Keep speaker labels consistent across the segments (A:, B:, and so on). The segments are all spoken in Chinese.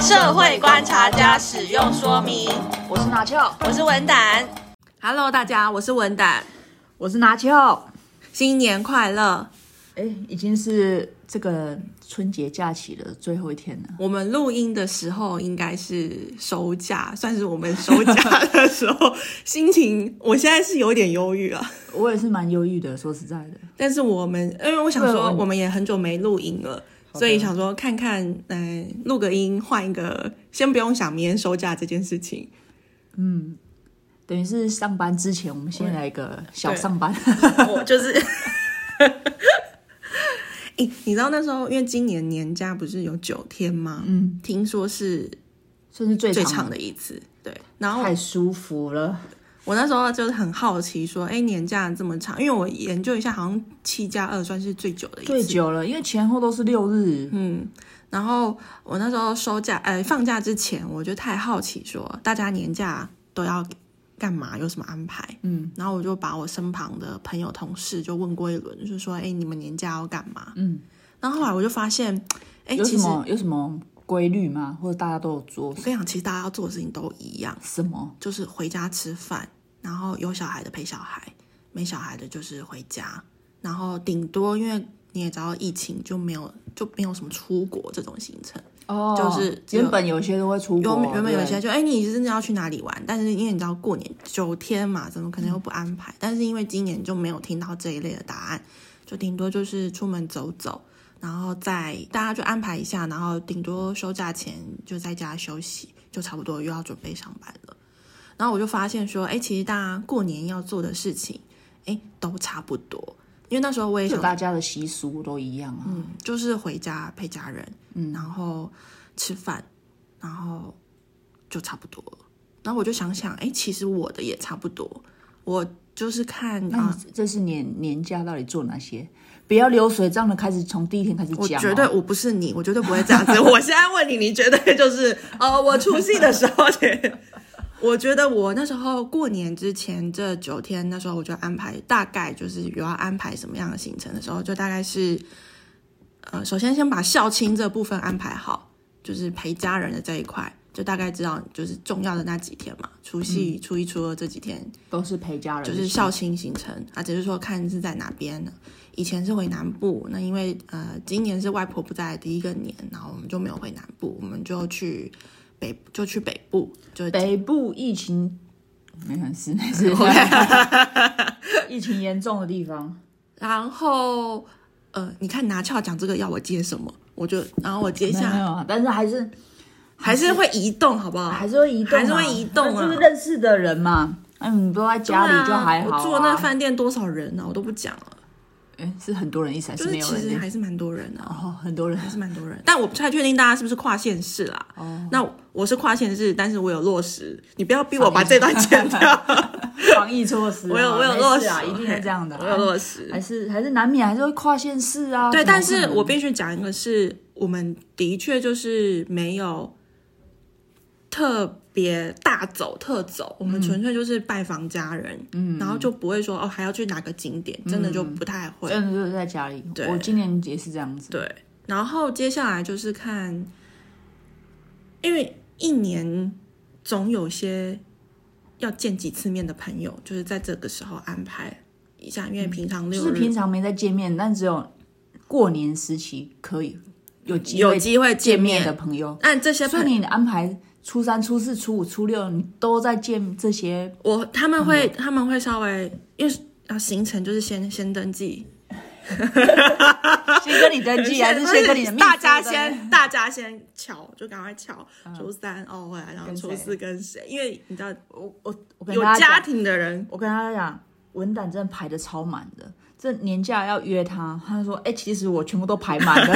A: 社会观察家使用说明。
B: 我是拿翘，
A: 我是文胆。Hello，大家，我是文胆。
B: 我是拿翘。
A: 新年快乐！
B: 哎，已经是这个春节假期的最后一天了。
A: 我们录音的时候应该是收假，算是我们收假的时候，心情我现在是有点忧郁啊。
B: 我也是蛮忧郁的，说实在的，
A: 但是我们，因为我想
B: 对
A: 说，
B: 我
A: 我们也很久没录音了，所以想说看看，嗯、录个音，换一个，先不用想明天收假这件事情。
B: 等于是上班之前，我们先来一个小上班。
A: 我 就是，欸你知道那时候，因为今年年假不是有九天吗？嗯，听说是
B: 算是最
A: 最
B: 长
A: 长
B: 的，
A: 的一次。对，然后
B: 太舒服了。
A: 我那时候就是很好奇，说，哎、年假这么长，因为我研究一下，好像七加二算是最久的一次。
B: 最久了，因为前后都是六日，
A: 嗯，然后我那时候收假，呃，放假之前我就太好奇说大家年假都要干嘛，有什么安排？嗯，然后我就把我身旁的朋友、同事就问过一轮，就说，哎、你们年假要干嘛？嗯，然后后来我就发现，哎、
B: 有
A: 其
B: 什
A: 实
B: 么有什么规律吗？或者大家都有做
A: 我跟你讲，其实大家要做的事情都一样，
B: 什么？
A: 就是回家吃饭，然后有小孩的陪小孩，没小孩的就是回家，然后顶多因为你也知道疫情就没有就没有什么出国这种行程。
B: 哦
A: 就是
B: 原本有些都会出国，
A: 原原本有一些
B: 对
A: 就哎、你真的要去哪里玩？但是因为你知道过年九天嘛，怎么可能又不安排？但是因为今年就没有听到这一类的答案，就顶多就是出门走走，然后再大家就安排一下，然后顶多休假前就在家休息，就差不多又要准备上班了。然后我就发现说，哎、其实大家过年要做的事情，哎、都差不多。因为那时候我也
B: 就
A: 想
B: 大家的习俗都一样啊。
A: 嗯，就是回家陪家人，嗯，然后吃饭，然后就差不多了。然后我就想想，哎，其实我的也差不多，我就是看
B: 那
A: 啊，
B: 你这是年年假到底做哪些？不要流水账的开始，从第一天开始
A: 我
B: 讲、哦。
A: 绝对我不是你，我绝对不会这样 子。我现在问你，你绝对就是呃，我除夕的时候去。我觉得我那时候过年之前这九天，那时候我就安排大概就是有要安排什么样的行程的时候，就大概是，呃，首先先把孝亲这部分安排好，就是陪家人的这一块，就大概知道就是重要的那几天嘛，除
B: 嗯
A: 夕、初一、初二这几天
B: 都是陪家人，
A: 就是孝亲行程啊，只是说看是在哪边呢。以前是回南部，那因为呃今年是外婆不在的第一个年，然后我们就没有回南部，我们就去北就去北部，就
B: 北部疫情没很事，没事， 疫情严重的地方，
A: 然后呃你看拿翘讲这个要我接什么，我就然后我接
B: 没有
A: 下
B: 没
A: 来
B: 有，但是还是
A: 还是会移动好不好？
B: 还是会移动啊、
A: 还是会移动啊
B: 那就是认识的人嘛。嗯，你都在家里就还好、
A: 对啊我住那，饭店多少人啊呢、我都不讲了，
B: 哎，是很多人一起还
A: 就是是
B: 没有
A: 其实
B: 人？欸
A: 还是蛮多人的、啊。
B: 哦，很多 人
A: 还是蛮多人，但我不太确定大家是不是跨县市啦。哦，那我是跨县市，但是我有落实，你不要逼我把这段剪 掉。
B: 防疫措施嘛，
A: 我有我有
B: 没事
A: 落实
B: 啊，一定是这样的啊、
A: 我有落实。
B: 还是还是难免还是会跨县市啊。
A: 对，
B: 怎么
A: 但
B: 可
A: 是
B: 能
A: 我必须讲一个是，我们的确就是没有特别大走特走，我们纯粹就是拜访家人，嗯，然后就不会说哦还要去哪个景点，真的就不太会。
B: 真的就是在家里。
A: 对
B: 我今年也是这样子。
A: 对，然后接下来就是看，因为一年总有些要见几次面的朋友，就是在这个时候安排一下，因为平常
B: 嗯就
A: 六
B: 是
A: 日
B: 平常没在见面，但只有过年时期可以有机
A: 有
B: 会
A: 机会
B: 见
A: 见
B: 面
A: 面
B: 的朋友。
A: 但这些
B: 所
A: 朋
B: 以你安排初三、初四、初五、初六，你都在见这 些
A: 我他们会他们会稍微因为啊行程就是先先登记，
B: 先跟你 登记，还是先跟你 的秘书
A: 大家
B: 登
A: 先大家先瞧，就赶快瞧初三哦回来，然后
B: 嗯跟谁
A: 初四跟谁？因为你知道
B: 我我我跟
A: 有
B: 大家
A: 家
B: 讲，
A: 庭的人
B: 我跟大家讲，文胆真的排的超满的。这年假要约他，他就说：“哎、其实我全部都排满了。”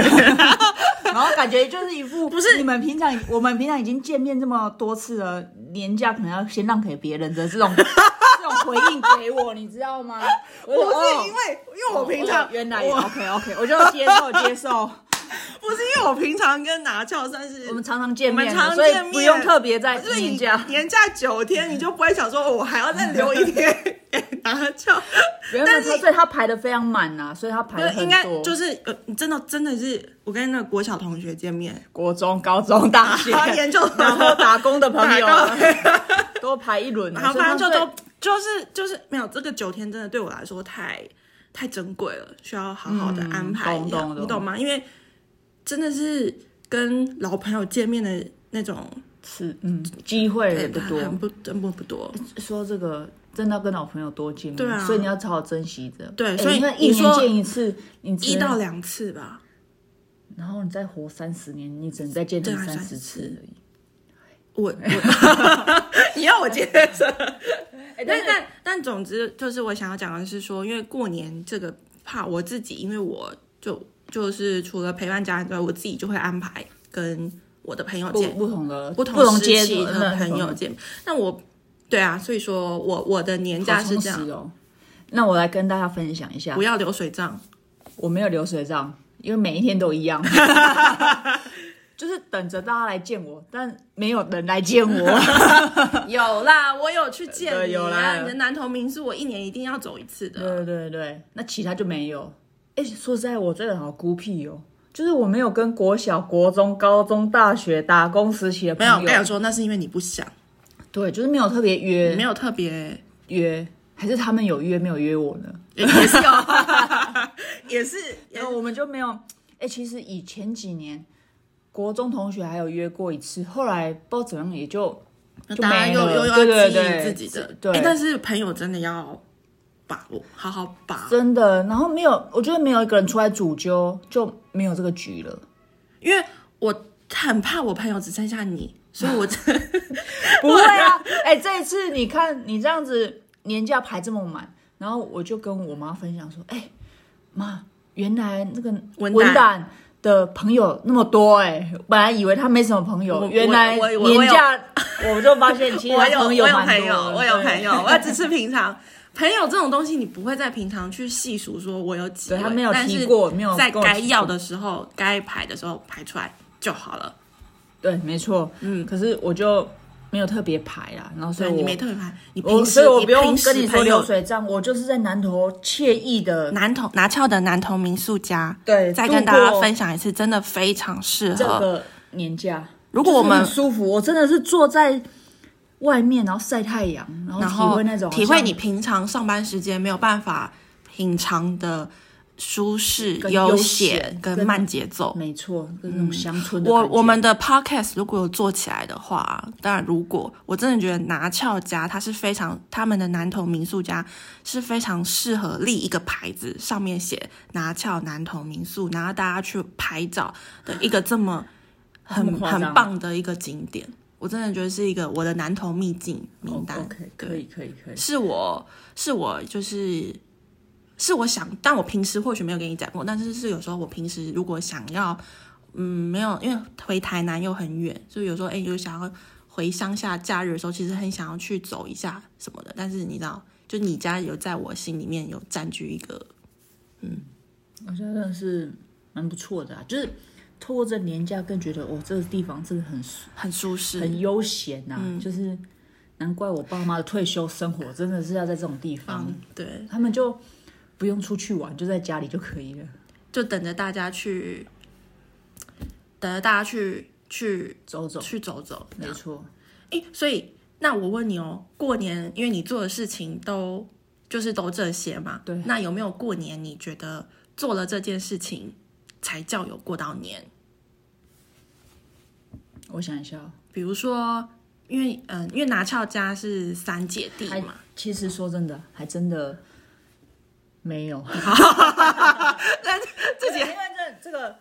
B: 然后感觉就是一副
A: 不是
B: 你们平常我们平常已经见面这么多次了，年假可能要先让给别人的这种 这种回应给我，你知道吗？我
A: 不
B: 不
A: 是因为，因为我平常、
B: 哦原来
A: 我
B: OK OK，我就接受 接受。
A: 不是因为我平常跟拿翘算是
B: 我们常常见面
A: 我
B: 的，
A: 们常
B: 所以
A: 见面
B: 不用特别在
A: 就是
B: 年
A: 你
B: 假。
A: 年假九天，你就不会想说哦我还要再留一天给拿翘，
B: 原本他所以他排的非常满呐、所以他排
A: 就
B: 了
A: 是
B: 很
A: 应该
B: 多，
A: 就是呃，真的真的是我跟那个国小同学见面，
B: 国中、高中、大 学
A: 啊，研究
B: 然后打工的朋友
A: 打工
B: 都排一轮，啊
A: 然后
B: 所以
A: 反正就
B: 最
A: 都就是就是没有这个九天真的对我来说太太珍贵了，需要好好的
B: 嗯
A: 安排一
B: 懂
A: 下，
B: 懂懂
A: 你懂吗？因为真的是跟老朋友见面的那种
B: 是嗯机会也不多。
A: 很不真不不多。
B: 说这个真的要跟老朋友多见面，
A: 对啊
B: 所以你要好好珍惜着。
A: 对
B: 哎
A: 所以
B: 你看
A: 你
B: 一年
A: 说
B: 见一次，你只
A: 一
B: 能
A: 到两次吧，
B: 然后你再活三十年，你只能再见他
A: 对啊
B: 三
A: 30
B: 十次而已。
A: 我 我 你要我接着，
B: 哎
A: 但但但总之就是我想要讲的是说，因为过年这个怕我自己，因为我就就是除了陪伴家人之外，我自己就会安排跟我的朋友
B: 不
A: 见
B: 不同的
A: 不
B: 同
A: 同
B: 阶
A: 时期
B: 层
A: 的朋友，见面。那我对啊，所以说我我的年假是这
B: 好
A: 样，
B: 充实哦。那我来跟大家分享一下
A: 不，要流水账。
B: 我没有流水账，因为每一天都 一样，就是等着大家来见我，但没有人来 见我。
A: 有啦，我有去见
B: 对
A: 你
B: 有
A: 啊，
B: 啦
A: 你的南投民宿我一年一定要走一次的。
B: 对对对，那其他就没有。哎，说实在，我这个人好孤僻哦。就是我没有跟国小、国中、高中、大学打工实习的
A: 没
B: 朋
A: 有，
B: 友，
A: 我跟你说，那是因为你不想，
B: 对，就是没有特别约
A: 你没有特别，
B: 约，还是他们有约没有约我呢？
A: 也也是哦有， 也是也
B: 然后我们就没有。哎、其实以前几年国中同学还有约过一次，后来不知道怎样也就就
A: 大家
B: 没
A: 又
B: 了
A: 又
B: 对对
A: 要记
B: 对
A: 忆自己的，
B: 是对
A: 诶但是朋友真的要把握，好好把握，
B: 真的，然后没有，我觉得没有一个人出来主揪，就没有这个 局了。
A: 因为我很怕我朋友只剩下你，所 以我真
B: 不会啊，哎、这一次你看你这样子年假排这么满，然后我就跟我妈分享说，哎、妈，原来那个
A: 文
B: 文
A: 旦
B: 旦的朋友那么多哎、本来以为他没什么朋友
A: 我，
B: 原来
A: 我我我
B: 年假我就发现其实
A: 我
B: 他
A: 有我
B: 朋
A: 有
B: 友蛮
A: 朋
B: 多
A: 友
B: 的，
A: 我有
B: 对
A: 朋友，我只是平常。朋友这种东西，你不会在平常去细数，说我有几位，
B: 对他没有
A: 但
B: 提
A: 是
B: 过没有
A: 在
B: 跟我
A: 该
B: 提
A: 要
B: 过
A: 的时候、该排的时候排出来就好了。
B: 对，没错，嗯，可是我就没有特别排啦，然后所以
A: 对，
B: 我
A: 你没特别排，你
B: 我
A: 平时
B: 所以我
A: 你
B: 不用
A: 平时
B: 跟你说
A: 朋友
B: 流水账，我就是在南投惬意的
A: 南投拿翘的南投民宿家，
B: 对
A: 再跟大家分
B: 享
A: 享一次，真的非常适
B: 这
A: 合。
B: 个年假，
A: 如果我
B: 就
A: 们
B: 是很舒服，我真的是坐在外面，然后晒太阳，然后
A: 然
B: 体
A: 后
B: 会那种
A: 体会你平常上班时间没有办法品尝的舒适、
B: 跟悠
A: 悠
B: 闲
A: 闲跟
B: 跟
A: 慢节奏。
B: 没错，就是那种乡村的感
A: 嗯我
B: 觉、哦
A: 我们的 podcast 如果有做起来的话，当然如果我真的觉得拿翘家它是非常他们的南投民宿家是非常适合立一个牌子，上面写拿翘南投民宿，然后大家去拍照的一个这么
B: 这么
A: 很
B: 夸张
A: 很棒的一个景点，我真的觉得是一个我的南投秘境名单。
B: o k 哦可以可以可以，
A: 是我是我就是是我想，但我平时或许没有跟你讲过，但是是有时候我平时如果想要，嗯，没有，因为回台南又很远，所以有时候哎，有想要回乡下假日的时候，其实很想要去走一下什么的，但是你知道，就你家有在我心里面有占据一个，
B: 我觉得真的是蛮不错的、啊，就是透过这年假，更觉得哦，这个地方真的很舒
A: 很舒适。
B: 很悠闲呐、
A: 嗯
B: 就是难怪我爸妈的退休生活真的是要在这种地方，
A: 嗯，对，
B: 他们就不用出去玩，就在家里就可以了，
A: 就等着大家去，等着大家去去
B: 走走，
A: 去走走，这样
B: 没错。
A: 诶，所以那我问你哦，过年因为你做的事情都就是都这些嘛，
B: 对
A: 那有没有过年你觉得做了这件事情才叫有过到年？
B: 我想一下哦，
A: 比如说，因为嗯、因为拿翘家是三姐弟
B: 还
A: 嘛，
B: 其实说真的，还真的 没有，
A: 自己
B: 因为这这个，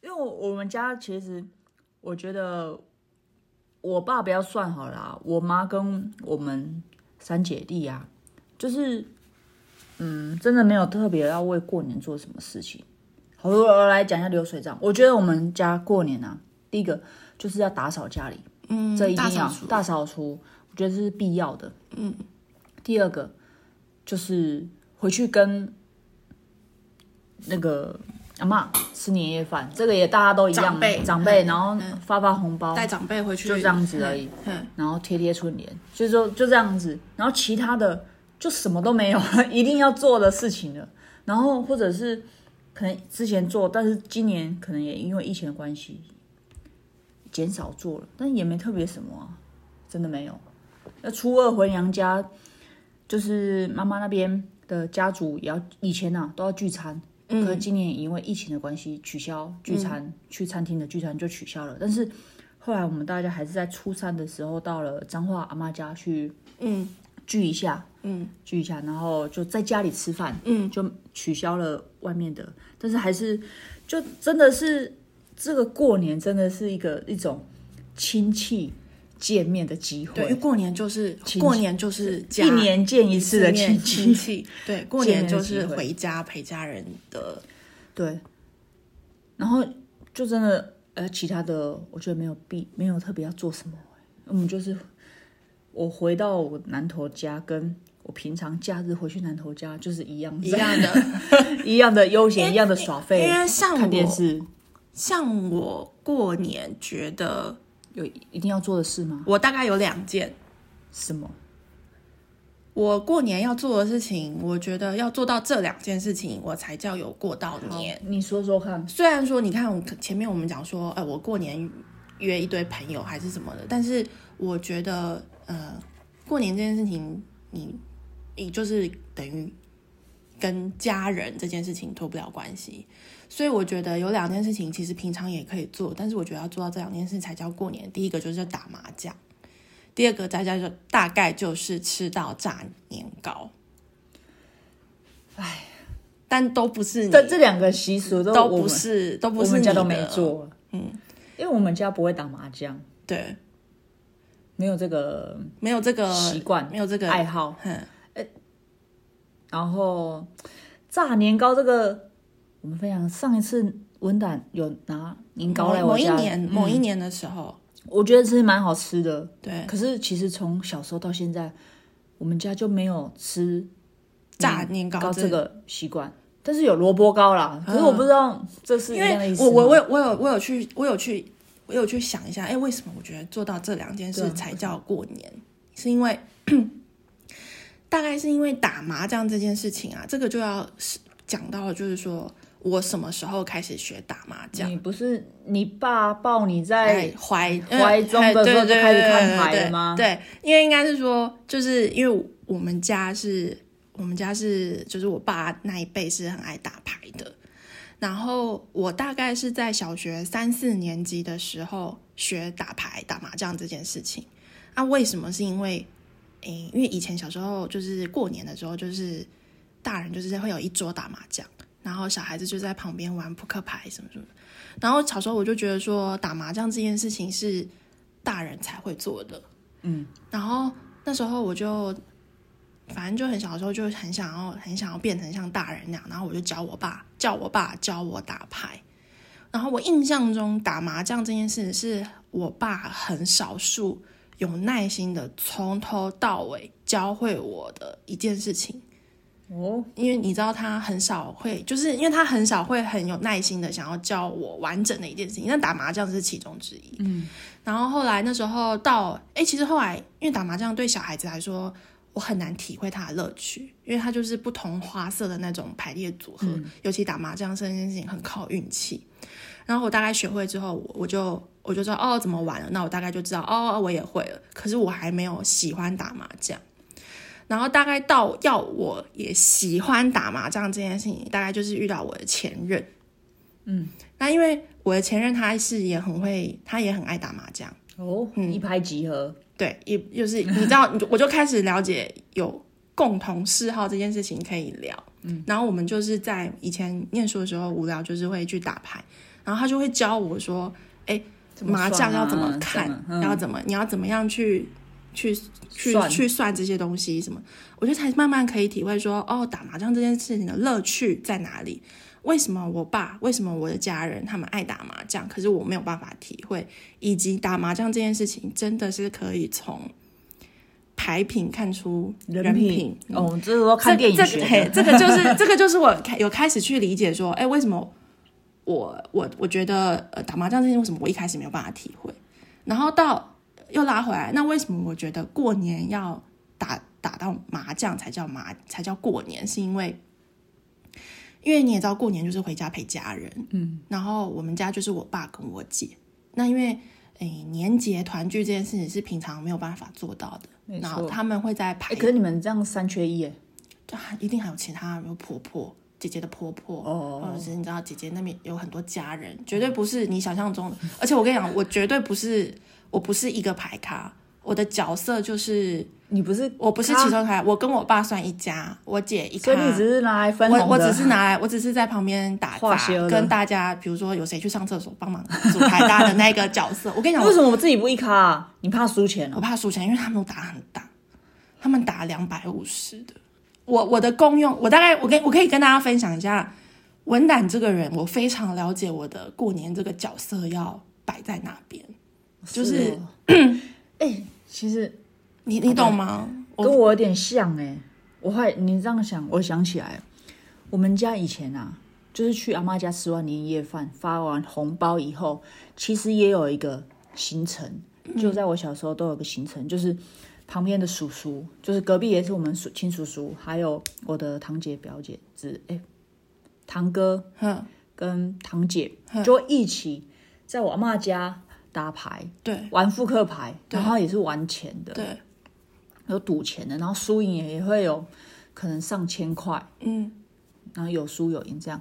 B: 因为我我们家其实我觉得我爸不要算好了啊，我妈跟我们三姐弟啊，就是嗯，真的没有特别要为过年做什么事情。好，我我来讲一下流水账。我觉得我们家过年啊，第一个就是要打扫家里，
A: 嗯，
B: 这一
A: 大
B: 定要
A: 扫除，
B: 大扫除，我觉得这是必要的。嗯，第二个就是回去跟那个阿嬷吃年夜饭，这个也大家都一样，
A: 长辈嗯
B: 长辈，然后发发红包，
A: 带长辈回去，
B: 就这样子而已
A: 嗯。嗯
B: 然后贴贴春联，就说就这样子。然后其他的就什么都没有了， 一定要做的事情了。然后或者是可能之前做，但是今年可能也因为疫情的关系减少做了，但也没特别什么啊，真的没有。那初二回娘家，就是妈妈那边的家族也要以前啊都要聚餐，
A: 嗯
B: 可是今年因为疫情的关系取消聚餐，去餐厅的聚餐就取消了。但是后来我们大家还是在初三的时候到了彰化阿妈家去
A: 嗯
B: 聚一下，
A: 嗯
B: 聚一下，然后就在家里吃饭，
A: 嗯，
B: 就取消了外面的，但是还是就真的是这个过年真的是一个一种亲戚见面的机
A: 对，因为
B: 会，
A: 过年就是过年就是家
B: 一年见一次的
A: 见面
B: 亲
A: 亲
B: 戚，
A: 戚，对，过
B: 见
A: 年
B: 面的
A: 就
B: 机
A: 是
B: 会
A: 回家陪家人的，
B: 对，然后就真的呃，其他的我觉得没有必没有特别要做什么、我们就是我回到我南头家，跟我平常假日回去南头家就是一样
A: 一
B: 在
A: 样的。
B: 一样的悠闲，一样的耍废，
A: 因为像
B: 看电
A: 我
B: 视
A: 像我过年觉得
B: 有一定要做的事吗？
A: 我大概有两件，
B: 什么？
A: 我过年要做的事情，我觉得要做到这两件事情，我才叫有过到年。
B: 你说说看。
A: 虽然说，你看我前面我们讲说，呃，我过年约一堆朋友还是什么的，但是我觉得，呃，过年这件事情，你你就是等于跟家人这件事情脱不了关系，所以我觉得有两件事情其实平常也可以做，但是我觉得要做到这两件事才叫过年。第一个就是打麻将，第二个大家就大概就是吃到炸年糕，
B: 哎，
A: 但都不是你，
B: 这这两个习俗都
A: 都
B: 我
A: 不
B: 们
A: 是，都不
B: 我
A: 是
B: 们家
A: 你
B: 都没
A: 的，
B: 做，嗯，因为我们家不会打麻将，
A: 对。
B: 没有这个
A: 没有这个
B: 嗯习惯
A: 没有这个
B: 爱好。
A: 嗯
B: 然后炸年糕这个，我们分享上一次文胆有拿年糕来
A: 某
B: 我
A: 某一
B: 家，嗯
A: 年、某一年的时候，
B: 我觉得是蛮好吃的。
A: 对
B: 可是其实从小时候到现在，我们家就没有吃
A: 炸年糕
B: 嗯糕
A: 这嗯
B: 这个习惯，但是有萝卜糕啦。可是我不知道这是一
A: 因
B: 样的
A: 为
B: 意思
A: 我我
B: 吗
A: 我有我有我有去我有去我有去想一下，哎，为什么我觉得做到这两件
B: 对
A: 事
B: 啊
A: 才叫过年？是因为大概是因为打麻将这件事情啊，这个就要是讲到了，就是说我什么时候开始学打麻将。
B: 你不是你爸抱你
A: 在嗯哎
B: 在
A: 怀
B: 哎怀中的时候就开始看牌了吗
A: 对，因为应该是说，就是因为我们家是，我们家是，就是我爸那一辈是很爱打牌的。然后我大概是在小学三四年级的时候学打牌、打麻将这件事情。啊，为什么？是因为，诶，因为以前小时候就是过年的时候，就是大人就是会有一桌打麻将，然后小孩子就在旁边玩扑克牌什么什么的。然后小时候我就觉得说，打麻将这件事情是大人才会做的。
B: 嗯，
A: 然后那时候我就，反正就很小的时候就很想要，很想要变成像大人那样。然后我就教我爸，叫我爸教我打牌。然后我印象中打麻将这件事是我爸很少数有耐心的从头到尾教会我的一件事情。
B: 哦，
A: 因为你知道他很少会，就是因为他很少会很有耐心的想要教我完整的一件事情，但打麻将是其中之一。
B: 嗯，
A: 然后后来那时候到，哎，其实后来因为打麻将对小孩子来说，我很难体会它的乐趣，因为它就是不同花色的那种排列组合，尤其打麻将这件事情很靠运气。然后我大概学会之后，我我就我就知道哦怎么玩了，那我大概就知道哦我也会了，可是我还没有喜欢打麻将。然后大概到要我也喜欢打麻将这件事情，大概就是遇到我的前任。
B: 嗯，
A: 那因为我的前任他是也很会，他也很爱打麻将。
B: 哦，
A: 嗯
B: 一拍即合，
A: 对，也就是你知道， 你就我就开始了解有共同嗜好这件事情可以聊。嗯，然后我们就是在以前念书的时候无聊，就是会去打牌，然后他就会教我说，哎、
B: 怎么
A: 麻
B: 算
A: 将
B: 啊
A: 要怎么看，
B: 怎么嗯
A: 要怎么，你要怎么样去去去
B: 算啊
A: 去算这些东西什么，我就才慢慢可以体会说，哦，打麻将这件事情的乐趣在哪里。为什么我爸，为什么我的家人他们爱打麻将，可是我没有办法体会，以及打麻将这件事情真的是可以从牌品看出人
B: 品哦，这是都看
A: 这
B: 电影
A: 这个
B: 学
A: 嘿
B: 的，，
A: 这个 就是这个就是我开有开始去理解说，哎，为什么我我我觉得呃打麻将这件事为什么我一开始没有办法体会，然后到又拉回来，那为什么我觉得过年要打打到麻将才叫麻才叫过年，是因为因为你也知道过年就是回家陪家人，嗯，然后我们家就是我爸跟我姐，那因为诶年节团聚这件事情是平常没有办法做到的，
B: 没
A: 然后
B: 错
A: 他们会在排
B: 哎、可是你们这样三缺一哎，
A: 啊，一定还有其他，有婆婆、姐姐的婆婆，
B: 哦嗯
A: 或者是你知道姐姐那边有很多家人，绝对不是你想象中的。而且我跟你讲，我绝对不是，我不是一个牌咖，我的角色就是
B: 你不是
A: 我不是其中一牌，我跟我爸算一家，我姐一咖
B: 所以。你只是拿来分
A: 我
B: 红
A: 我
B: 的
A: 只是拿来，我只是在旁边打
B: 画
A: 杂
B: 邪恶，的
A: 跟大家，比如说有谁去上厕所，帮忙煮牌搭的那个角色。我跟你讲，
B: 为什么我自己不一卡、啊？你怕输钱
A: 我
B: 哦？
A: 怕输钱，因为他们都打很大，他们打两百五十的。我我的功用，我大概我跟我可以跟大家分享一下，文胆这个人，我非常了解我的过年这个角色要摆在哪边，就是
B: 哦， 哎、其实
A: 你
B: 哦
A: 你懂吗？我
B: 跟我有点像哎、我会你这样想，我想起来，我们家以前啊，就是去阿妈家吃完年夜饭，发完红包以后，其实也有一个行程，
A: 嗯
B: 就在我小时候都有个行程，就是旁边的叔叔，就是隔壁也是我们叔亲叔叔，还有我的堂姐表姐之哎、堂哥
A: 哼，
B: 跟堂姐就会一起在我阿妈家打牌，
A: 对
B: 玩扑克牌，然后也是玩钱的，
A: 对，
B: 有赌钱的，然后输赢也也会有可能上千块，
A: 嗯，
B: 然后有输有赢这样。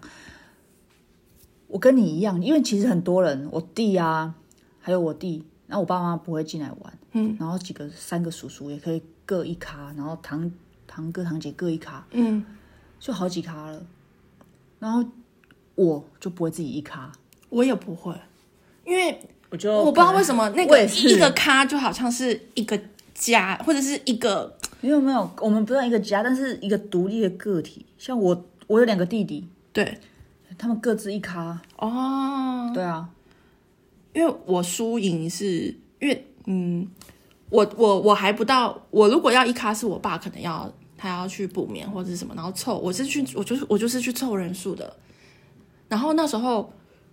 B: 我跟你一样，因为其实很多人，我弟啊，还有我弟，然后我爸妈不会进来玩，嗯，然后几个三个叔叔也可以各一咖，然后堂堂哥堂姐各一咖，
A: 嗯，
B: 就好几咖了。然后我就不会自己一咖，
A: 我也不会，因为
B: 我就
A: 我不知道为什么那
B: 哦我
A: 个
B: 也是
A: 一个咖就好像是一个家或者是一个
B: 没有没有，我们不算一个家，但是一个独立的个体。像我，我有两个弟弟，
A: 对
B: 他们各自一咖。
A: 哦，
B: 对啊，
A: 因为我输赢是因为嗯，我我我还不到，我如果要一咖是我爸可能要他要去补眠或者是什么，然后凑，我是去我就是我就是去凑人数的。然后那时候，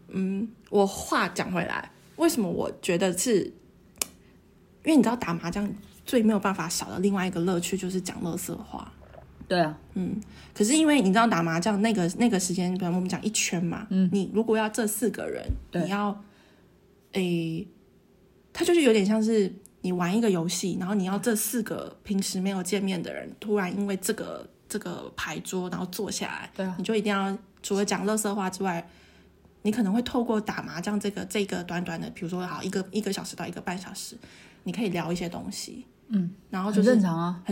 A: 嗯，我话讲回来，为什么我觉得是，因为你知道打麻将最没有办法少的另外一个乐趣就是讲乐色话。
B: 对啊，
A: 可是因为你知道打麻将那个那个时间，比如我们讲一圈嘛，嗯，你如果要这四个人，
B: 对
A: 你要，诶、它就是有点像是你玩一个游戏，然后你要这四个平时没有见面的人，突然因为这个这个牌桌，然后坐下来，
B: 对啊，
A: 你就一定要除了讲乐色话之外，你可能会透过打麻将这个这个短短的，比如说好一个一个小时到一个半小时，你可以聊一些东西，嗯，然后就
B: 很
A: 是
B: 正常啊。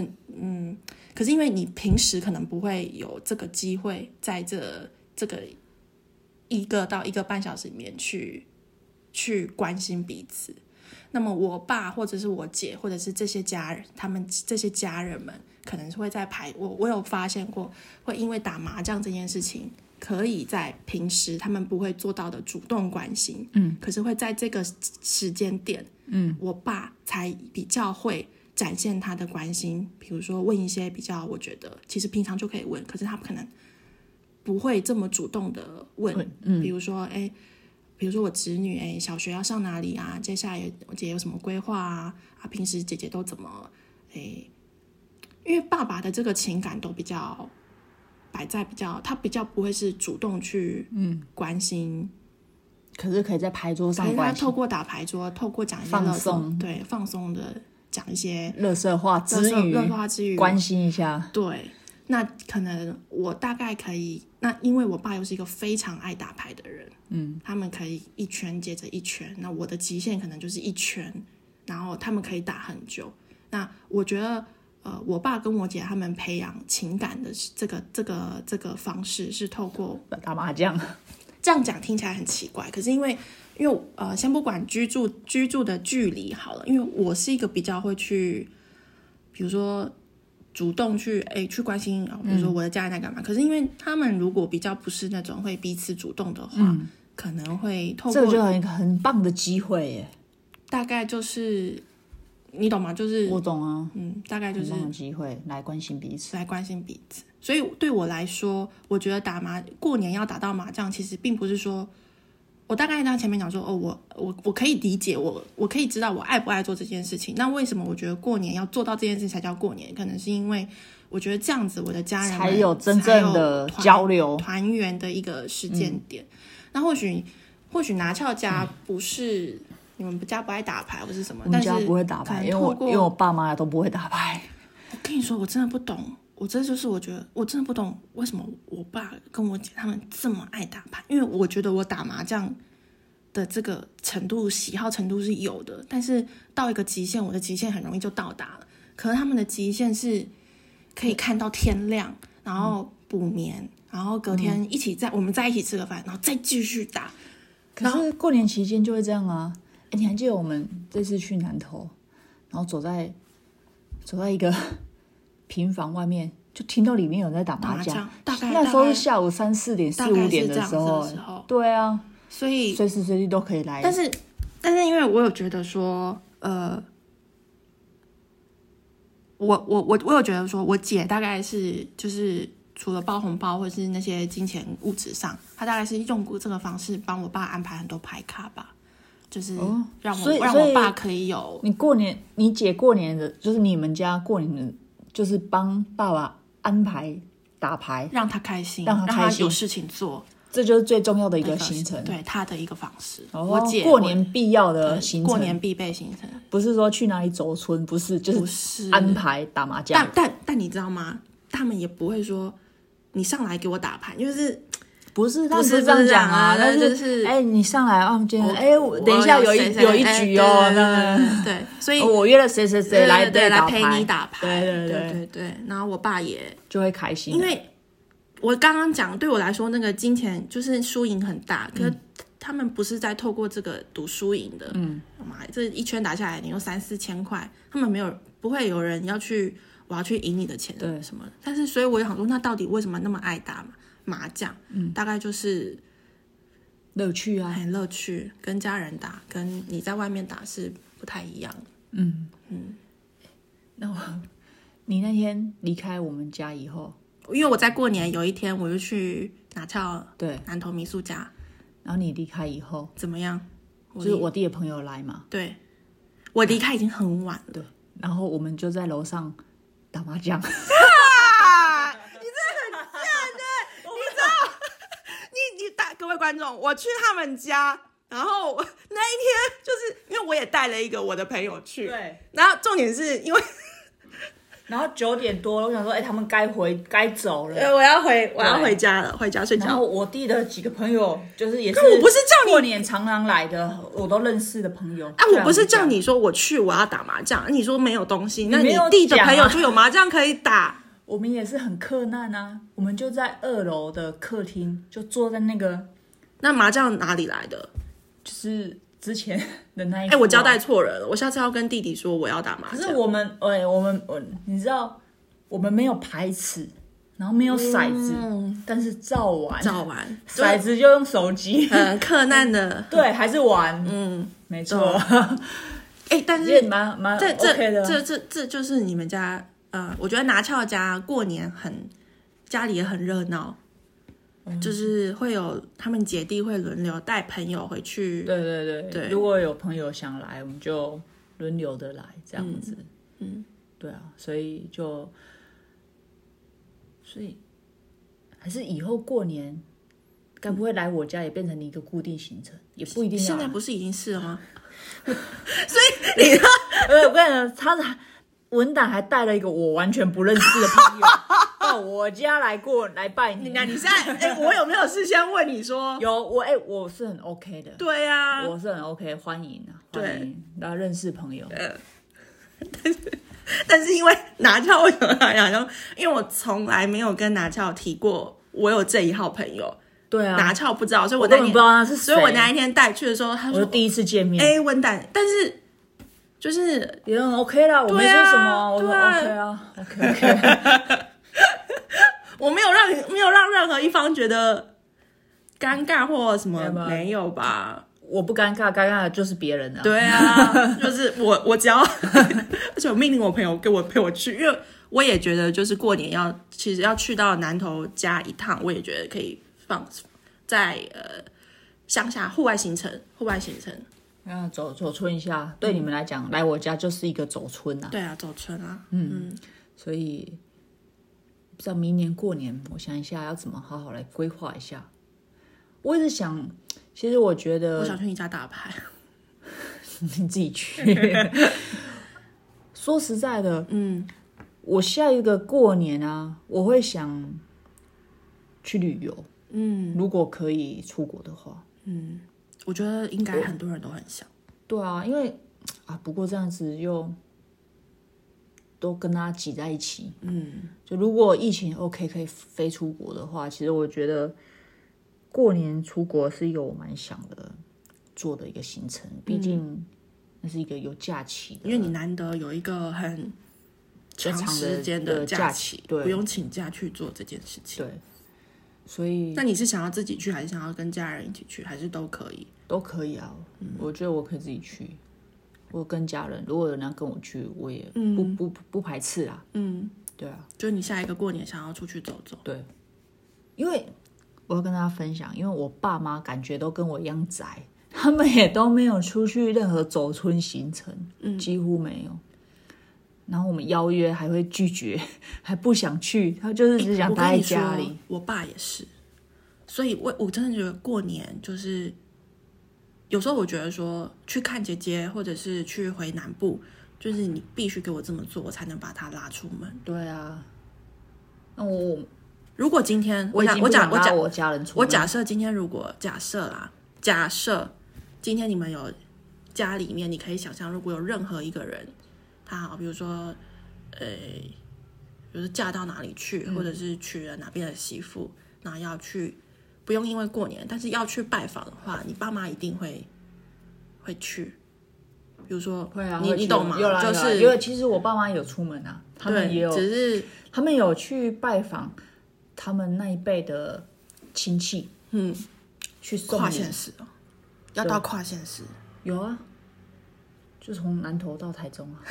A: 可是因为你平时可能不会有这个机会，在这这个一个到一个半小时里面去去关心彼此。那么我爸或者是我姐或者是这些家人，他们这些家人们可能是会在排我，我有发现过，会因为打麻将这件事情，可以在平时他们不会做到的主动关心，嗯，可是会在这个时间点，嗯，我爸才比较会展现他的关心，比如说问一些比较我觉得其实平常就可以问，可是他可能不会这么主动的问，嗯，比如说哎。比如说我侄女哎，小学要上哪里啊？接下来有我姐有什么规划啊？啊，平时姐姐都怎么哎？因为爸爸的这个情感都比较摆在比较，他比较不会是主动去嗯关心，
B: 可是可以在牌桌
A: 可
B: 上
A: 是他
B: 关系
A: 透过打牌桌，透过讲一些
B: 放
A: 乐色
B: 松
A: 对放松的讲一些
B: 乐色话之
A: 乐色
B: 余，
A: 乐化之余，
B: 关心一下。
A: 对，那可能我大概可以，那因为我爸又是一个非常爱打牌的人，嗯，他们可以一圈接着一圈，那我的极限可能就是一圈，然后他们可以打很久。那我觉得，呃，我爸跟我姐他们培养情感的这个这个这个方式是透过
B: 打麻将，
A: 这样讲听起来很奇怪，可是因为因为呃，先不管居住居住的距离好了，因为我是一个比较会去，比如说主动去哎、去关心啊，
B: 嗯
A: 比如说我的家人在干嘛。可是因为他们如果比较不是那种会彼此主动的话，可能会透
B: 嗯这个
A: 过
B: 就很很棒的机会耶。
A: 大概就是你懂吗？就是
B: 我懂啊，
A: 嗯，大概就
B: 很
A: 是
B: 棒的机会来关心彼此。
A: 来关心彼此。所以对我来说，我觉得打麻过年要打到麻将，其实并不是说我大概在前面讲说，哦，我我我可以理解，我我可以知道我爱不爱做这件事情。那为什么我觉得过年要做到这件事情才叫过年？可能是因为我觉得这样子，我的家人们
B: 才有真正
A: 才有
B: 的
A: 团
B: 交流。嗯
A: 团圆的一个时间点。那或许或许拿翘家不是、你们家不爱打牌或是什么，
B: 我们
A: 但是
B: 家不会打
A: 可
B: 牌，
A: 能
B: 因为
A: 透
B: 我
A: 过
B: 因为我爸妈都不会打 牌。
A: 我跟你说，我真的不懂，我这就是我觉得我真的不懂为什么我爸跟我姐他们这么爱打牌，因为我觉得我打麻将的这个程度、喜好程度是有的，但是到一个极限，我的极限很容易就到达了。可是他们的极限是可以看到天亮，然后补眠，然后隔
B: 嗯
A: 天一起在、我们在一起吃个饭，然后再继续打。
B: 可是过年期间就会这样啊！哎，你还记得我们这次去南头，然后走在走在一个 平房外面，就听到里面有人在打
A: 打
B: 麻
A: 麻将
B: 将。
A: 大概
B: 那时候
A: 大概
B: 是下午三四点、
A: 大
B: 四
A: 概
B: 五
A: 是
B: 点
A: 这
B: 的
A: 样
B: 时
A: 子的
B: 候，
A: 时候
B: 对啊，
A: 所以
B: 随时随地都可以来。
A: 但是，但是因为我有觉得说，呃，我我我我有觉得说，我姐大概是就是除了包红包或是那些金钱物质上，她大概是用过这个方式帮我爸安排很多牌卡吧，就是
B: 哦
A: 让我、
B: 所以
A: 让
B: 所以
A: 我爸可以有
B: 你过年，你姐过年的，就是你们家过年的，就是帮爸爸安排打牌，
A: 让他开心，
B: 让他开心
A: 有事情做
B: 这就是最重要的一
A: 的
B: 个行程。
A: 对他的一个方式。
B: 哦，
A: 我姐
B: 过年必要的
A: 呃
B: 行程，
A: 过年必备行程
B: 不是说去哪里走村，不是，就
A: 不
B: 是
A: 是
B: 安排打麻将
A: 但。但但你知道吗？他们也不会说你上来给我打牌，就是
B: 不是，他们
A: 是
B: 这样讲啊，
A: 不是这样啊
B: 但
A: 那就是
B: 哎，你上来啊，今天哎，我
A: 我
B: 等一下有
A: 谁
B: 一
A: 谁
B: 有一
A: 哎
B: 局哦，
A: 对
B: 那
A: 对对对，所以
B: 哦我约了谁谁
A: 对
B: 谁来
A: 对对来
B: 打
A: 陪
B: 牌
A: 你打牌，
B: 对
A: 对
B: 对
A: 对对。然后我爸也，
B: 就会开心。
A: 因为我刚刚讲对我来说，那个金钱就是输赢很大，可是他们不是在透过这个赌输赢的，嗯，妈呀，这一圈打下来，你用三四千块，他们没有不会有人要去我要去赢你的钱，
B: 对
A: 什么的。但是所以我也想说，那到底为什么那么爱打麻麻将？嗯，大概就是
B: 乐趣啊，
A: 很乐趣，跟家人打，跟你在外面打是不太一样。
B: 你那天离开我们家以后，
A: 因为我在过年有一天，我就去拿翘
B: 对，
A: 南投民宿家，
B: 然后你离开以后，
A: 怎么样？
B: 就
A: 我
B: 是我弟的朋友来嘛，
A: 对，我离开已经很晚了。
B: 对，然后我们就在楼上打麻将。
A: 你你大各位观众，我去他们家，然后我那一天就是因为我也带了一个我的朋友去，，
B: 对，
A: 然后重点是因为
B: 然后九点多，我想说，哎、他们该回该走了。
A: 我要回我要
B: 对
A: 回家了，回家睡
B: 然
A: 觉
B: 后。我弟的几个朋友，就是也是，
A: 我不是叫你
B: 过年常常来的，我都认识的朋友。
A: 啊，我不是
B: 这
A: 叫
B: 样讲，
A: 你说我去我要打麻将，你说没有东西，那
B: 没
A: 你
B: 有
A: 弟的
B: 讲啊
A: 朋友就有麻将可以打。
B: 我们也是很困难啊。我们就在二楼的客厅，就坐在那个
A: 那麻将哪里来的？
B: 就是之前的那一、
A: 哎、我交代。错人了，我下次要跟弟弟说我要打麻
B: 可
A: 将
B: 是。我们，哎、我们，我你知道，我们没有牌尺，然后没有骰子，但是照
A: 嗯
B: 玩，
A: 照玩，
B: 骰子就用手机，
A: 嗯，克难的，
B: 对，还是玩，嗯，没错，
A: 哎、但
B: 也
A: 是
B: 蛮蛮
A: 这这、
B: OK 的啊。
A: 这这这就是你们家，呃，我觉得拿翘家过年很，家里也很热闹，
B: 哦
A: 就是会有他们姐弟会轮流带朋友回去，
B: 对对对，
A: 对
B: 如果有朋友想来，我们就轮流的来这样子。嗯，对啊，所以就，所以还是以后过年，该不会来我家也变成你一个固定行程？也不一定要
A: 现在
B: 啊。
A: 不是已经是了 吗？
B: 呃，我跟你讲，他是文胆还带了一个我完全不认识的 朋友到我家来过来拜
A: 你
B: 年。
A: 看你现在，哎、我有没有事先问你说？
B: 有我哎、我是很 OK 的。
A: 对啊呀、
B: 我是很 OK，欢迎啊，欢迎大家认识朋友。
A: 但是因为拿翘，为什么要讲？就因为我从来没有跟拿翘提过我有这一号朋友，
B: 对啊，
A: 拿翘不知道，所以
B: 我
A: 我那
B: 根本
A: 天
B: 不知道他是谁，
A: 所以我那一天带去的时候，他
B: 我就
A: 说
B: 第一次见：“面，
A: 哎、温蛋。”但是就是
B: 也很 OK 啦，我没
A: 对
B: 说
A: 啊
B: 什么啊，我说
A: 对啊
B: OK 啊，OK OK，
A: 我没有让没有让任何一方觉得尴尬或什么
B: 有，吗
A: 没有吧？
B: 我不尴尬，尴尬的就是别人啊。
A: 对啊， 就是我我只要， 而且我命令我朋友跟我陪我去，因为我也觉得就是过年要其实要去到南头家一趟，我也觉得可以放在呃乡下户外行程，户外行程，
B: 那走走村一下，对你们来讲，来我家就是一个走村呐、啊。
A: 对啊，走村啊，
B: 所以不知道明年过年，我想一下要怎么好好来规划一下。我一直想，其实我觉
A: 我
B: 得
A: 想去你家打牌。
B: 你自己去。说实在的，
A: 嗯，
B: 我下一个过年啊，我会想去旅游，
A: 嗯
B: 如果可以出国的话。
A: 嗯，我觉得应该很多人都很想。
B: 对啊，因为啊，不过这样子又都跟他挤在一起。
A: 嗯，
B: 就如果疫情 OK 可以飞出国的话，其实我觉得过年出国是一个我蛮想的做的一个行程，毕竟那是一个有假期的
A: 因为你难得有一个很
B: 较
A: 长
B: 长
A: 时
B: 的
A: 间
B: 的
A: 假
B: 假
A: 期
B: 期，对
A: 不用请假去做这件事情。
B: 对，所以
A: 那你是想要自己去，还是想要跟家人一起去，还是都可以？
B: 都可以啊，我觉得我可以自己去。我跟家人，如果有人要跟我去，我也不、不不不排斥啊。
A: 嗯，
B: 对啊，
A: 就你下一个过年想要出去走走。
B: 对，因为我要跟大家分享，因为我爸妈感觉都跟我一样宅，他们也都没有出去任何走村行程，嗯，几乎没有。然后我们邀约还会拒绝，还不想去，他就是只想
A: 我跟
B: 待在
A: 你说
B: 家里。，
A: 我爸也是，所以我我真的觉得过年就是，有时候我觉得说去看姐姐，或者是去回南部，就是你必须给我这么做，我才能把他拉出门。
B: 对啊，那我
A: 如果今天我
B: 已
A: 讲
B: 经
A: 我
B: 不
A: 讲
B: 想
A: 我讲
B: 拉我家人出门，
A: 我假设今天如果假设啦，假设今天你们有家里面，你可以想象，如果有任何一个人，他好，比如说，呃，比如说嫁到哪里去，
B: 嗯
A: 或者是娶了哪边的媳妇，然后要去，不用因为过年，但是要去拜访的话，你爸妈一定会会去。比如说，
B: 会啊，
A: 你
B: 会
A: 你
B: 去
A: 懂吗？
B: 有啦有
A: 就
B: 啦
A: 是
B: 因为其实我爸妈有出门啊，他们
A: 对，
B: 也有
A: 只是
B: 他们有去拜访他们那一辈的亲戚，
A: 嗯，
B: 去送
A: 跨
B: 礼
A: 县市哦，要到跨县市
B: 有啊，就从南投到台中啊，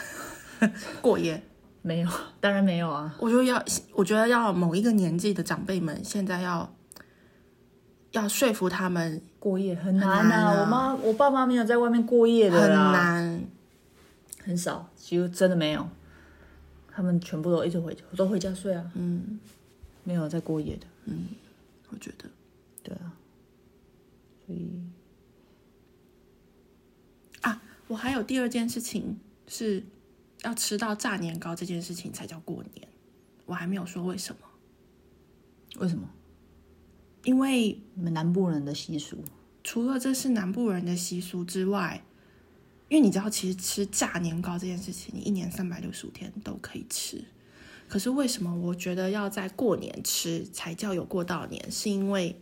A: 过夜。
B: 没有，当然没有啊，
A: 我就要，我觉得要某一个年纪的长辈们，现在要要说服他们
B: 过夜很难啊，
A: 很难啊
B: 我妈我爸妈没有在外面过夜的啊
A: 很
B: 啦，
A: 难，
B: 很少，几乎真的没有，他们全部都一直回都回家睡啊，
A: 嗯，
B: 没有在过夜的，
A: 我觉得。
B: 对啊，所以
A: 啊我还有第二件事情是要吃到炸年糕这件事情才叫过年，我还没有说为什么，
B: 为什么
A: 因为
B: 你们南部人的习俗？
A: 除了这是南部人的习俗之外，因为你知道，其实吃炸年糕这件事情，你一年三百六十五天都可以吃。可是为什么我觉得要在过年吃才叫有过到年？是因为，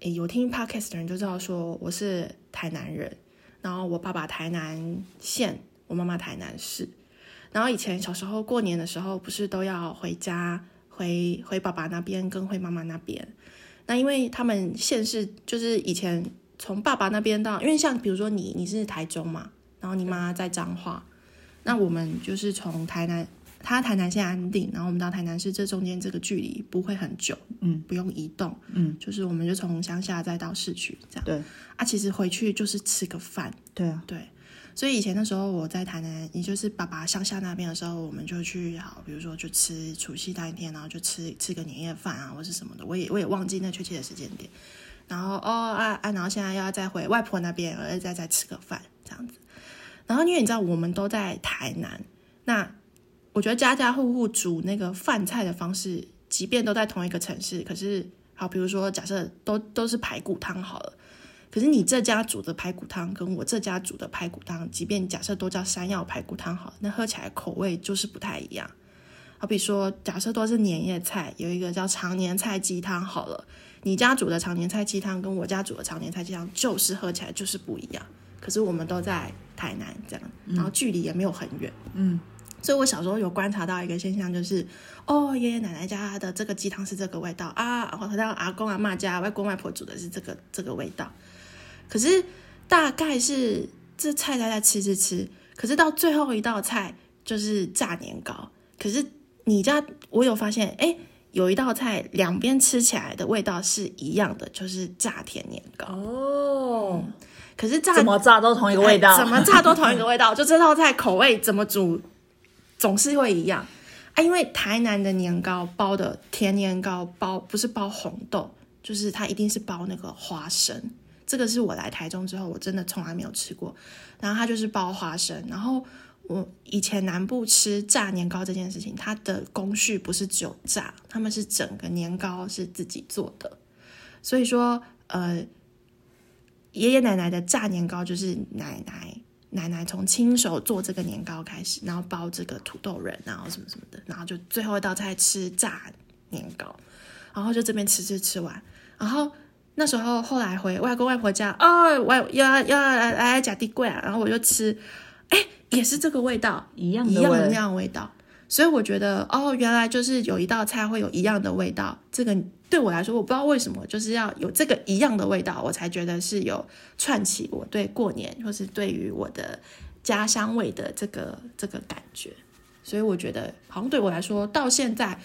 A: 诶，有听 podcast 的人就知道说我是台南人，然后我爸爸台南县，我妈妈台南市。然后以前小时候过年的时候，不是都要回家回回爸爸那边跟回妈妈那边，那因为他们县市就是以前从爸爸那边到，因为像比如说你你是台中嘛，然后你妈在彰化，那我们就是从台南，他台南县安定，然后我们到台南市，这中间这个距离不会很久，
B: 嗯，
A: 不用移动，
B: 嗯，
A: 就是我们就从乡下再到市区这样
B: 对
A: 啊，其实回去就是吃个饭，
B: 对啊，
A: 对，所以以前那时候我在台南，也就是爸爸乡下那边的时候，我们就去好，比如说就吃除夕当天，然后就吃吃个年夜饭啊，或是什么的，我也我 也忘记那确切的时间点。然后哦啊啊，然后现在要再回外婆那边，然后再再吃个饭这样子。然后因为你知道我们都在台南，那我觉得家家户户煮那个饭菜的方式，即便都在同一个城市，可是好，比如说假设都都是排骨汤好了。可是你这家煮的排骨汤跟我这家煮的排骨汤，即便假设都叫山药排骨汤好了，那喝起来口味就是不太一样。好比说，假设都是年夜菜，有一个叫常年菜鸡汤好了，你家煮的常年菜鸡汤跟我家煮的常年菜鸡汤，就是喝起来就是不一样。可是我们都在台南这样，然后距离也没有很远，
B: 嗯，
A: 所以我小时候有观察到一个现象，就是哦，爷爷奶奶家的这个鸡汤是这个味道啊，回到阿公阿妈家、外公外婆煮的是这个这个味道。可是大概是这菜大家吃吃吃，可是到最后一道菜就是炸年糕。可是你家我有发现，哎，有一道菜两边吃起来的味道是一样的，就是炸甜年糕。嗯
B: 哦，
A: 可是炸
B: 怎么炸都同一个味道，
A: 哎怎么炸都同一个味道，就 这道菜口味怎么煮总是会一样啊。因为台南的年糕包的甜年糕包不是包红豆，就是它一定是包那个花生。这个是我来台中之后，我真的从来没有吃过。然后它就是包花生，然后我以前南部吃炸年糕这件事情，它的工序不是只有炸，他们是整个年糕是自己做的。所以说，呃，爷爷奶奶的炸年糕就是奶奶奶奶从亲手做这个年糕开始，然后包这个土豆仁，然后什么什么的，然后就最后一道菜吃炸年糕，然后就这边吃吃吃完，然后那时候后来回外公外婆家，哦，我又要又要来来假地柜啊，然后我就吃，哎，也是这个味道，
B: 一样
A: 一
B: 的
A: 样的
B: 味
A: 那样的味道。所以我觉得，哦，原来就是有一道菜会有一样的味道。这个对我来说，我不知道为什么，就是要有这个一样的味道，我才觉得是有串起我对过年或是对于我的家乡味的这个这个感觉。所以我觉得，好像对我来说，到现在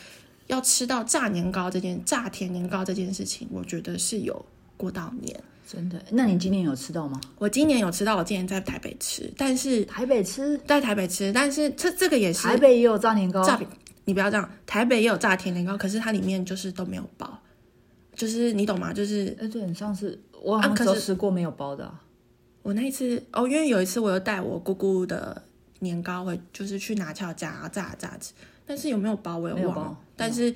A: 要吃到炸年糕这件炸甜年糕这件事情，我觉得是有过到年。
B: 真的。那你今年有吃到吗？
A: 我今年有吃到，我今年在台北吃，但是
B: 台北吃，
A: 在台北吃，但是这这个也是
B: 台北也有炸年糕，
A: 炸饼，你不要这样。台北也有炸甜年糕，可是它里面就是都没有包，就是你懂吗？就是
B: 哎，对，你上次我好
A: 啊
B: 像
A: 可
B: 只
A: 是
B: 有吃过没有包的啊，
A: 我那一次哦，因为有一次我又带我姑姑的年糕回，就是去拿翘家然后炸炸吃，但是有没有包我也
B: 没有
A: 忘
B: 包嗯
A: 了。但是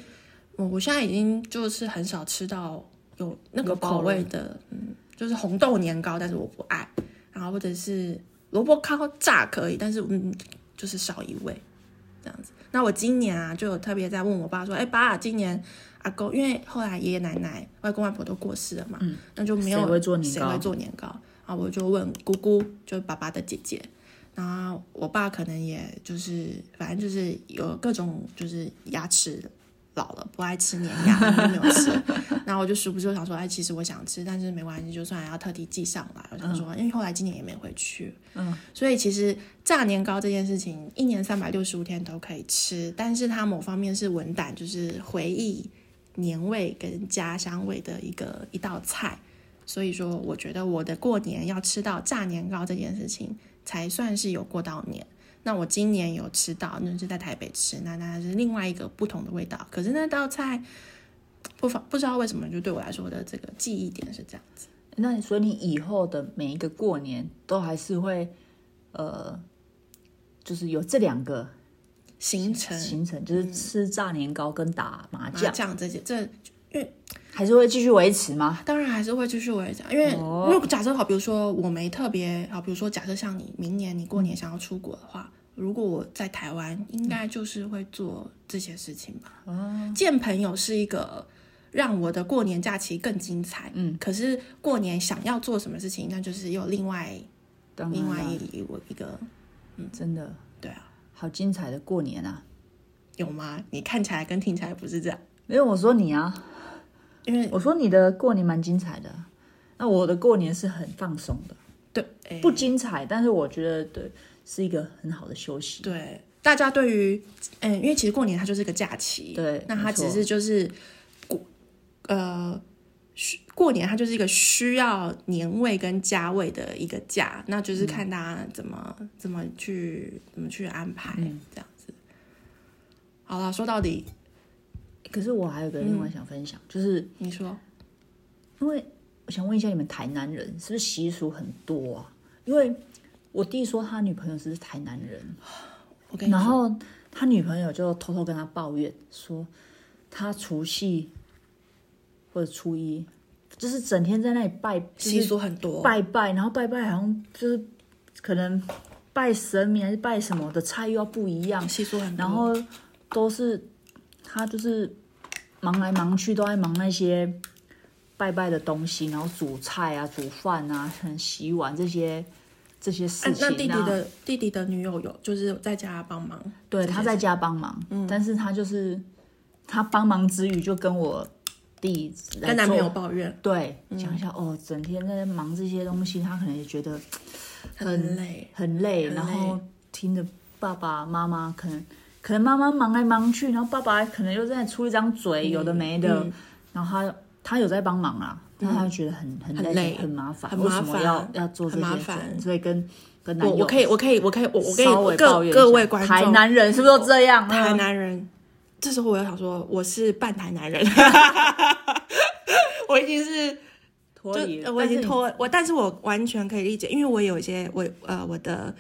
A: 我我现在已经就是很少吃到有那个
B: 有口
A: 口味的，嗯，就是红豆年糕，但是我不爱，然后或者是萝卜糕炸可以，但是嗯，就是少一味这样子。那我今年啊，就有特别在问我爸说，哎、爸，今年阿公，因为后来爷爷奶奶、外公外婆都过世了嘛，那就没有
B: 嗯谁会做年
A: 谁
B: 糕
A: 会做年糕啊？我就问姑姑，就是爸爸的姐姐，然后我爸可能也就是反正就是有各种就是牙齿老了不爱吃年牙，然后就没有吃。然后我就殊不知我想说，哎，其实我想吃，但是没关系，就算要特地寄上来。我想说，因为后来今年也没回去，
B: 嗯，
A: 所以其实炸年糕这件事情，一年三百六十五天都可以吃，但是它某方面是文胆，就是回忆年味跟家乡味的一个一道菜。所以说，我觉得我的过年要吃到炸年糕这件事情，才算是有过到年。那我今年有吃到，那是在台北吃，那那是另外一个不同的味道。可是那道菜，不妨不知道为什么，就对我来说的这个记忆点是这样子。
B: 那所以你以后的每一个过年都还是会，呃，就是有这两个
A: 形成
B: 行程，啊就是吃炸年糕跟打麻
A: 嗯麻
B: 将，
A: 将这些，这
B: 还是会继续维持吗？
A: 当然还是会继续维持啊，因为、
B: 哦
A: 如果假设好，比如说我没特别好，比如说假设像你明年你过年想要出国的话，
B: 嗯
A: 如果我在台湾，应该就是会做这些事情吧。
B: 哦
A: 见朋友是一个让我的过年假期更精彩，嗯，可是过年想要做什么事情，那就是又另外
B: 当然
A: 另外
B: 啦
A: 一一我一个
B: 真的
A: 对啊，
B: 好精彩的过年啊！
A: 有吗？你看起来跟听起来不是这样，
B: 没有，我说你啊，
A: 因为
B: 我说你的过年蛮精彩的，那我的过年是很放松的，
A: 对哎
B: 不精彩，但是我觉得对是一个很好的休息。
A: 对，大家对于，嗯，因为其实过年它就是个假期，
B: 对
A: 那它
B: 没错
A: 只是就是过，呃，需过年它就是一个需要年味跟家味的一个假，那
B: 嗯
A: 就是看大家怎么、怎么去怎么去安排、
B: 嗯
A: 这样子。好了，说到底，
B: 可是我还有个另外想分享，
A: 嗯
B: 就是
A: 你说
B: 因为我想问一下，你们台南人是不是习俗很多啊？因为我弟说他女朋友是台南人，
A: 我跟你
B: 然
A: 说，
B: 后他女朋友就偷偷跟他抱怨说，他除夕或者初一，就是整天在那里拜，就是
A: 习俗很多，
B: 拜拜，然后拜拜好像就是可能拜神明还是拜什么的菜又要不一样，
A: 习俗很多，啊
B: 然后都是他就是忙来忙去都在忙那些拜拜的东西，然后煮菜啊、煮饭啊、可能洗碗这些这些
A: 哎、
B: 事情、啊
A: 那弟弟的弟弟的女友有就是在家帮忙，
B: 对，
A: 这些
B: 他在家帮忙，
A: 嗯
B: 但是他就是他帮忙之余就跟我弟来
A: 跟男朋
B: 做
A: 友嗯抱怨，
B: 对讲一下、哦，整天在忙这些东西，他可能也觉得
A: 很累，
B: 很累，
A: 很累
B: 然后听着爸爸妈妈可能可能妈妈忙来忙去，然后爸爸可能又在出一张
A: 嗯
B: 嘴，有的没的，然后他他有在帮忙啦，但他觉得很很
A: 嗯很
B: 累
A: 累
B: 很麻烦，
A: 很
B: 为
A: 麻
B: 什么
A: 烦
B: 要要做这
A: 很麻
B: 些事
A: 烦
B: 情？所以跟跟男
A: 我
B: 友
A: 我可以，我可以，我可以，我我跟
B: 稍微
A: 你
B: 抱
A: 各
B: 怨一下
A: 各位观众，
B: 台南人是不是都这样？啊
A: 台南人，这时候我又想说，我是半台南人， 我已经是
B: 脱离了，
A: 就呃我已经
B: 但是
A: 脱我，但是我完全可以理解，因为我有一些我呃我的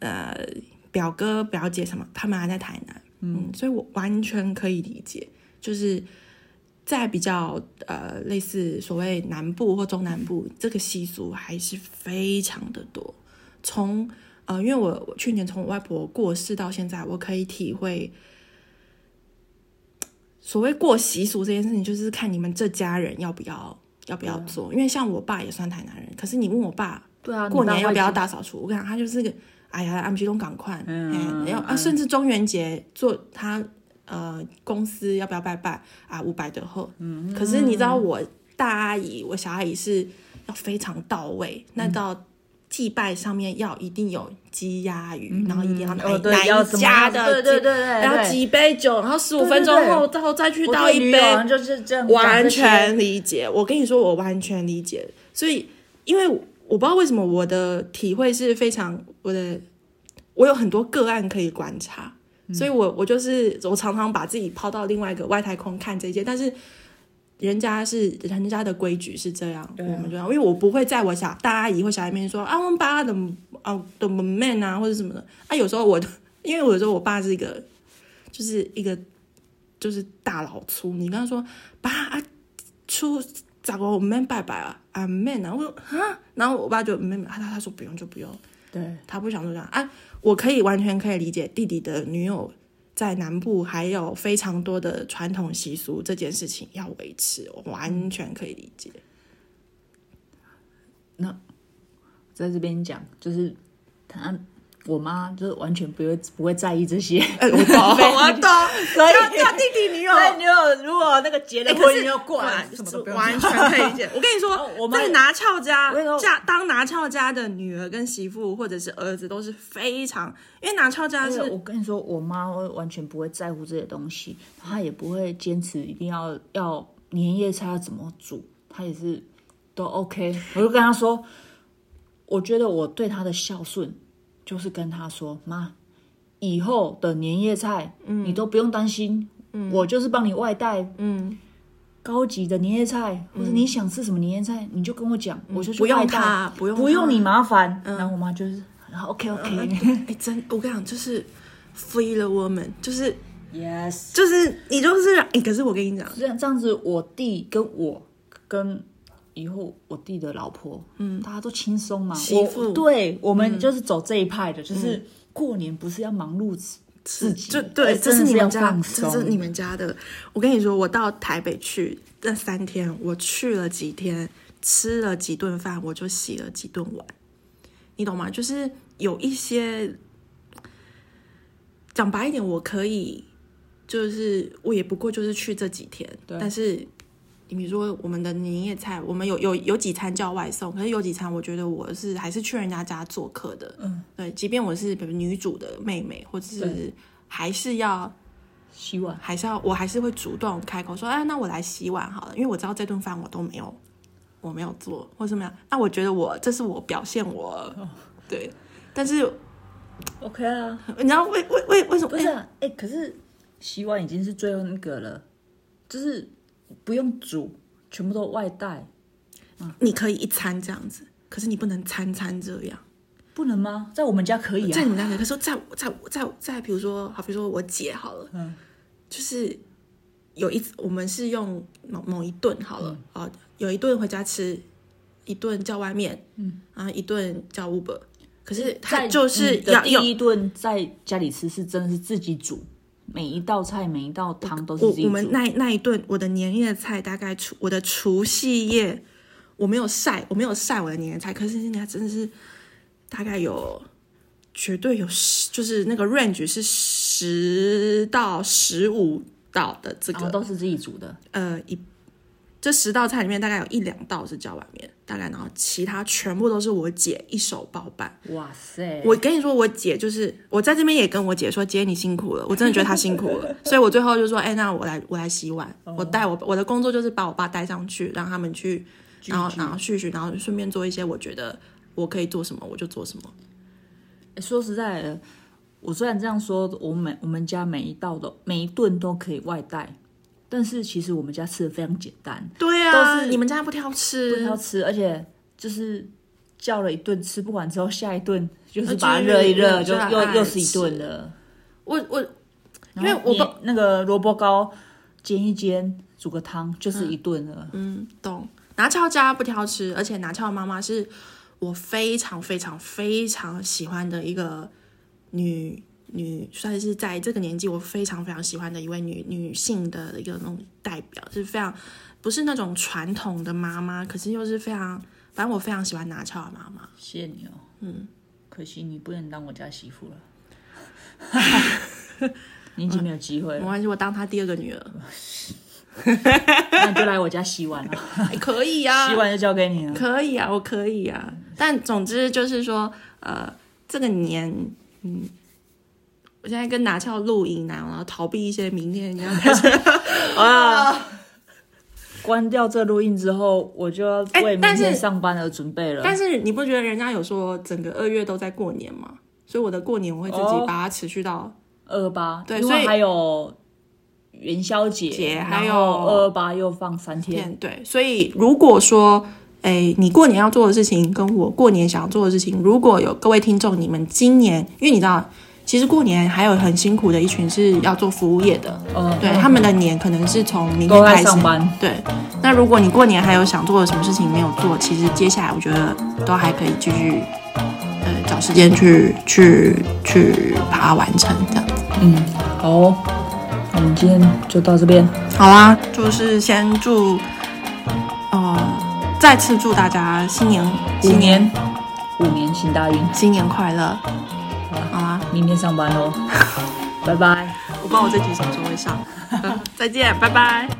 A: 呃表哥表姐什么，他们还在台南，嗯，所以我完全可以理解，就是在比较呃类似所谓南部或中南部，这个习俗还是非常的多。从呃，因为我我去年从我外婆过世到现在，我可以体会。所谓过习俗这件事情，就是看你们这家人要不要要不要
B: 嗯
A: 做。因为像我爸也算台南人，可是你问我爸
B: 对啊，
A: 过
B: 你爸
A: 年要
B: 会
A: 不要大扫除，我跟你讲，他就是个哎呀，俺们去东港快，
B: 嗯
A: 嗯，要啊，甚至中元节做他呃公司要不要拜拜啊，五百的后，嗯，可是你知道我大阿姨，我小阿姨是要非常到位，那
B: 嗯
A: 到。祭拜上面要一定有鸡鸭鱼，然后一定要哪
B: 哦
A: 一
B: 对
A: 哪
B: 要
A: 一
B: 怎么
A: 家
B: 样
A: 的
B: 对对
A: 鸡
B: 对对
A: 然后
B: 对
A: 几杯酒，然后十五
B: 对
A: 分钟
B: 对对
A: 后，之后再去
B: 我
A: 倒
B: 对
A: 一
B: 女
A: 杯，
B: 友啊就是这样讲
A: 完
B: 这些
A: 全理解。我跟你说，我完全理解。所以，因为我不知道为什么我的体会是非常我的，我有很多个案可以观察，
B: 嗯
A: 所以我我就是我常常把自己抛到另外一个外太空看这些，但是。人家是人家的规矩是这样，
B: 对啊
A: 我们就这样因为我不会在我小大阿姨或小阿姨面前说啊，我们爸的啊的 man 啊或者什么的啊，有时候我因为我有时候我爸是一个就是一个就是大老粗，你跟他说爸啊，出咋个我们拜拜啊啊 man 啊，我说啊，然后我爸就没没，他他说不用就不用，
B: 对，
A: 他不想做这样啊，我可以完全可以理解弟弟的女友在南部还有非常多的传统习俗这件事情要维持，我完全可以理解。
B: 在这边讲就是他我妈就是完全不会不会在意 这些，
A: 哎、我懂，我懂，
B: 所以
A: 要要弟弟女友。
B: 所以你有如果那个结了
A: 哎可
B: 婚
A: 是
B: 你又过来，
A: 完
B: 什么都不用
A: 完
B: 讲
A: 全可以理解。我跟你说，
B: 哦我妈
A: 在拿翘家
B: 我跟你说
A: 嫁当拿翘家的女儿跟媳妇或者是儿子都是非常，因为拿翘家
B: 但是
A: 是
B: 我跟你说，我妈会完全不会在乎这些东西，她也不会坚持一定要要年夜菜要怎么煮，她也是都 OK。我就跟她说，我觉得我对她的孝顺就是跟她说，妈，以后的年夜菜，你都不用担心，我就是帮你外带，
A: 嗯，
B: 高级的年夜菜，或者你想吃什么年夜菜，你就跟我讲，我就去
A: 嗯不用
B: 外带
A: 她不用嗯
B: 不用
A: 她
B: 你麻烦。然后我妈就是。OK OK，、
A: 哎、真，我跟你讲，就是 free the woman，就是
B: Yes，
A: 就是你就是哎、可是我跟你讲，
B: 这样这样子，我弟跟我跟以后我弟的老婆，嗯，大家都轻松嘛。
A: 媳妇
B: 我对我们就是走这一派的，就是过年不是要忙碌自自己，
A: 就对，
B: 而
A: 这
B: 真
A: 是你
B: 的哎嗯是要
A: 们家
B: 放，
A: 这
B: 松，
A: 是你们家的。我跟你说，我到台北去那三天，我去了几天，吃了几顿饭，我就洗了几顿碗，你懂吗？就是有一些讲白一点，我可以，就是我也不过就是去这几天，
B: 对
A: 但是。比如说我们的年夜菜，我们有有有几餐叫外送，可是有几餐我觉得我是还是去人家家做客的，嗯，对，即便我是比如女主的妹妹，或者是
B: 对
A: 还是要
B: 洗碗。
A: 还是要，我还是会主动开口说，哎，那我来洗碗好了，因为我知道这顿饭我都没有，我没有做或什么样，那我觉得我这是我表现我
B: 哦
A: 对，但是
B: OK 啊，
A: 你知道为为为为什么？
B: 不是啊，哎、可是洗碗已经是最后那个了，就是不用煮，全部都外带，
A: 你可以一餐这样子，可是你不能餐餐这样。
B: 不能吗？在我们家可以
A: 在
B: 啊
A: 你，们家可以，可是在我在我在我在比如说，好，比如说我姐好了，
B: 嗯
A: 就是有一次我们是用某某一顿好了，
B: 嗯
A: 哦，有一顿回家吃，一顿叫外面，嗯，然后一顿叫 Uber，可是他
B: 在
A: 就是
B: 你的
A: 要
B: 第
A: 用
B: 一顿在家里吃是真的是自己煮，每一道菜每一道汤都是
A: 我
B: 自己
A: 我
B: 煮。
A: 们那那一顿我的年夜菜大概除我的除夕夜我没有晒，我没有晒我的年夜菜，可是人家真的是大概有绝对有十，就是那个 range 是十到十五道的这
B: 然
A: 个
B: 后哦都是自己煮的，
A: 呃一这十道菜里面大概有一两道是叫碗面，大概然后其他全部都是我姐一手包办。
B: 哇塞，
A: 我跟你说，我姐就是我在这边也跟我姐说，姐你辛苦了，我真的觉得她辛苦了，所以我最后就说，哎、那我来我来洗碗，我带我我的工作就是把我爸带上去，让他们去，然后然后去去，然后顺便做一些我觉得我可以做什么我就做什么。
B: 欸说实在的，我虽然这样说，我每我们家每一道的每一顿都可以外带，但是其实我们家吃的非常简单，
A: 对啊，
B: 都是
A: 你们家不挑吃，
B: 不挑吃，而且就是叫了一顿吃不完之后，下一顿就是
A: 那
B: 把
A: 哦
B: 它
A: 就
B: 热一热，
A: 又
B: 就
A: 就让
B: 又
A: 它
B: 又
A: 来
B: 是一顿了。
A: 我我
B: 因
A: 为我
B: 那个萝卜糕煎一煎，煮个汤就是一顿了。
A: 嗯懂。拿翘家不挑吃，而且拿翘妈妈是我非常非常非常喜欢的一个女女，算是在这个年纪我非常非常喜欢的一位女女性的一个那种代表，是非常不是那种传统的妈妈，可是又是非常，反正我非常喜欢拿翘的妈妈。
B: 谢谢你哦，嗯，可惜你不能当我家媳 妇了，你已经没有机会
A: 没
B: 了，
A: 关系，我当她第二个女儿，
B: 那你就来我家洗 碗了。
A: 还哎可以啊呀、
B: 洗碗就交给你了。
A: 可以啊，我可以啊。但总之就是说，呃，这个年，嗯，我现在跟拿翘录音啊，然后逃避一些明天你要开始啊。
B: 关掉这录音之后，我就要为明
A: 哎但是
B: 天上班而准备了。
A: 但是你不觉得人家有说整个二月都在过年吗？所以我的过年我会自己
B: 哦
A: 把它持续到
B: 二八，
A: 对
B: 因
A: 所
B: 为
A: 以
B: 还有元宵节，
A: 节
B: 然
A: 还有
B: 后二八又放三
A: 天、
B: 天。
A: 对，所以如果说。哎，你过年要做的事情跟我过年想要做的事情，如果有各位听众，你们今年，因为你知道，其实过年还有很辛苦的一群是要做服务业的，
B: 嗯，
A: 对，他们的年可能是从明
B: 都
A: 天开
B: 在
A: 始。
B: 上班。
A: 对，那如果你过年还有想做的什么事情没有做，其实接下来我觉得都还可以继续，呃，找时间去去去把它完成这样。
B: 嗯，好哦、那我们今天就到这边。
A: 好啊，就是先祝，呃，再次祝大家新年
B: 虎
A: 新
B: 年，虎年行大运，
A: 新年快乐。好啊，
B: 明天 哦上班喽，拜拜。
A: 我不知道我这集什么时候会上，再见，拜拜。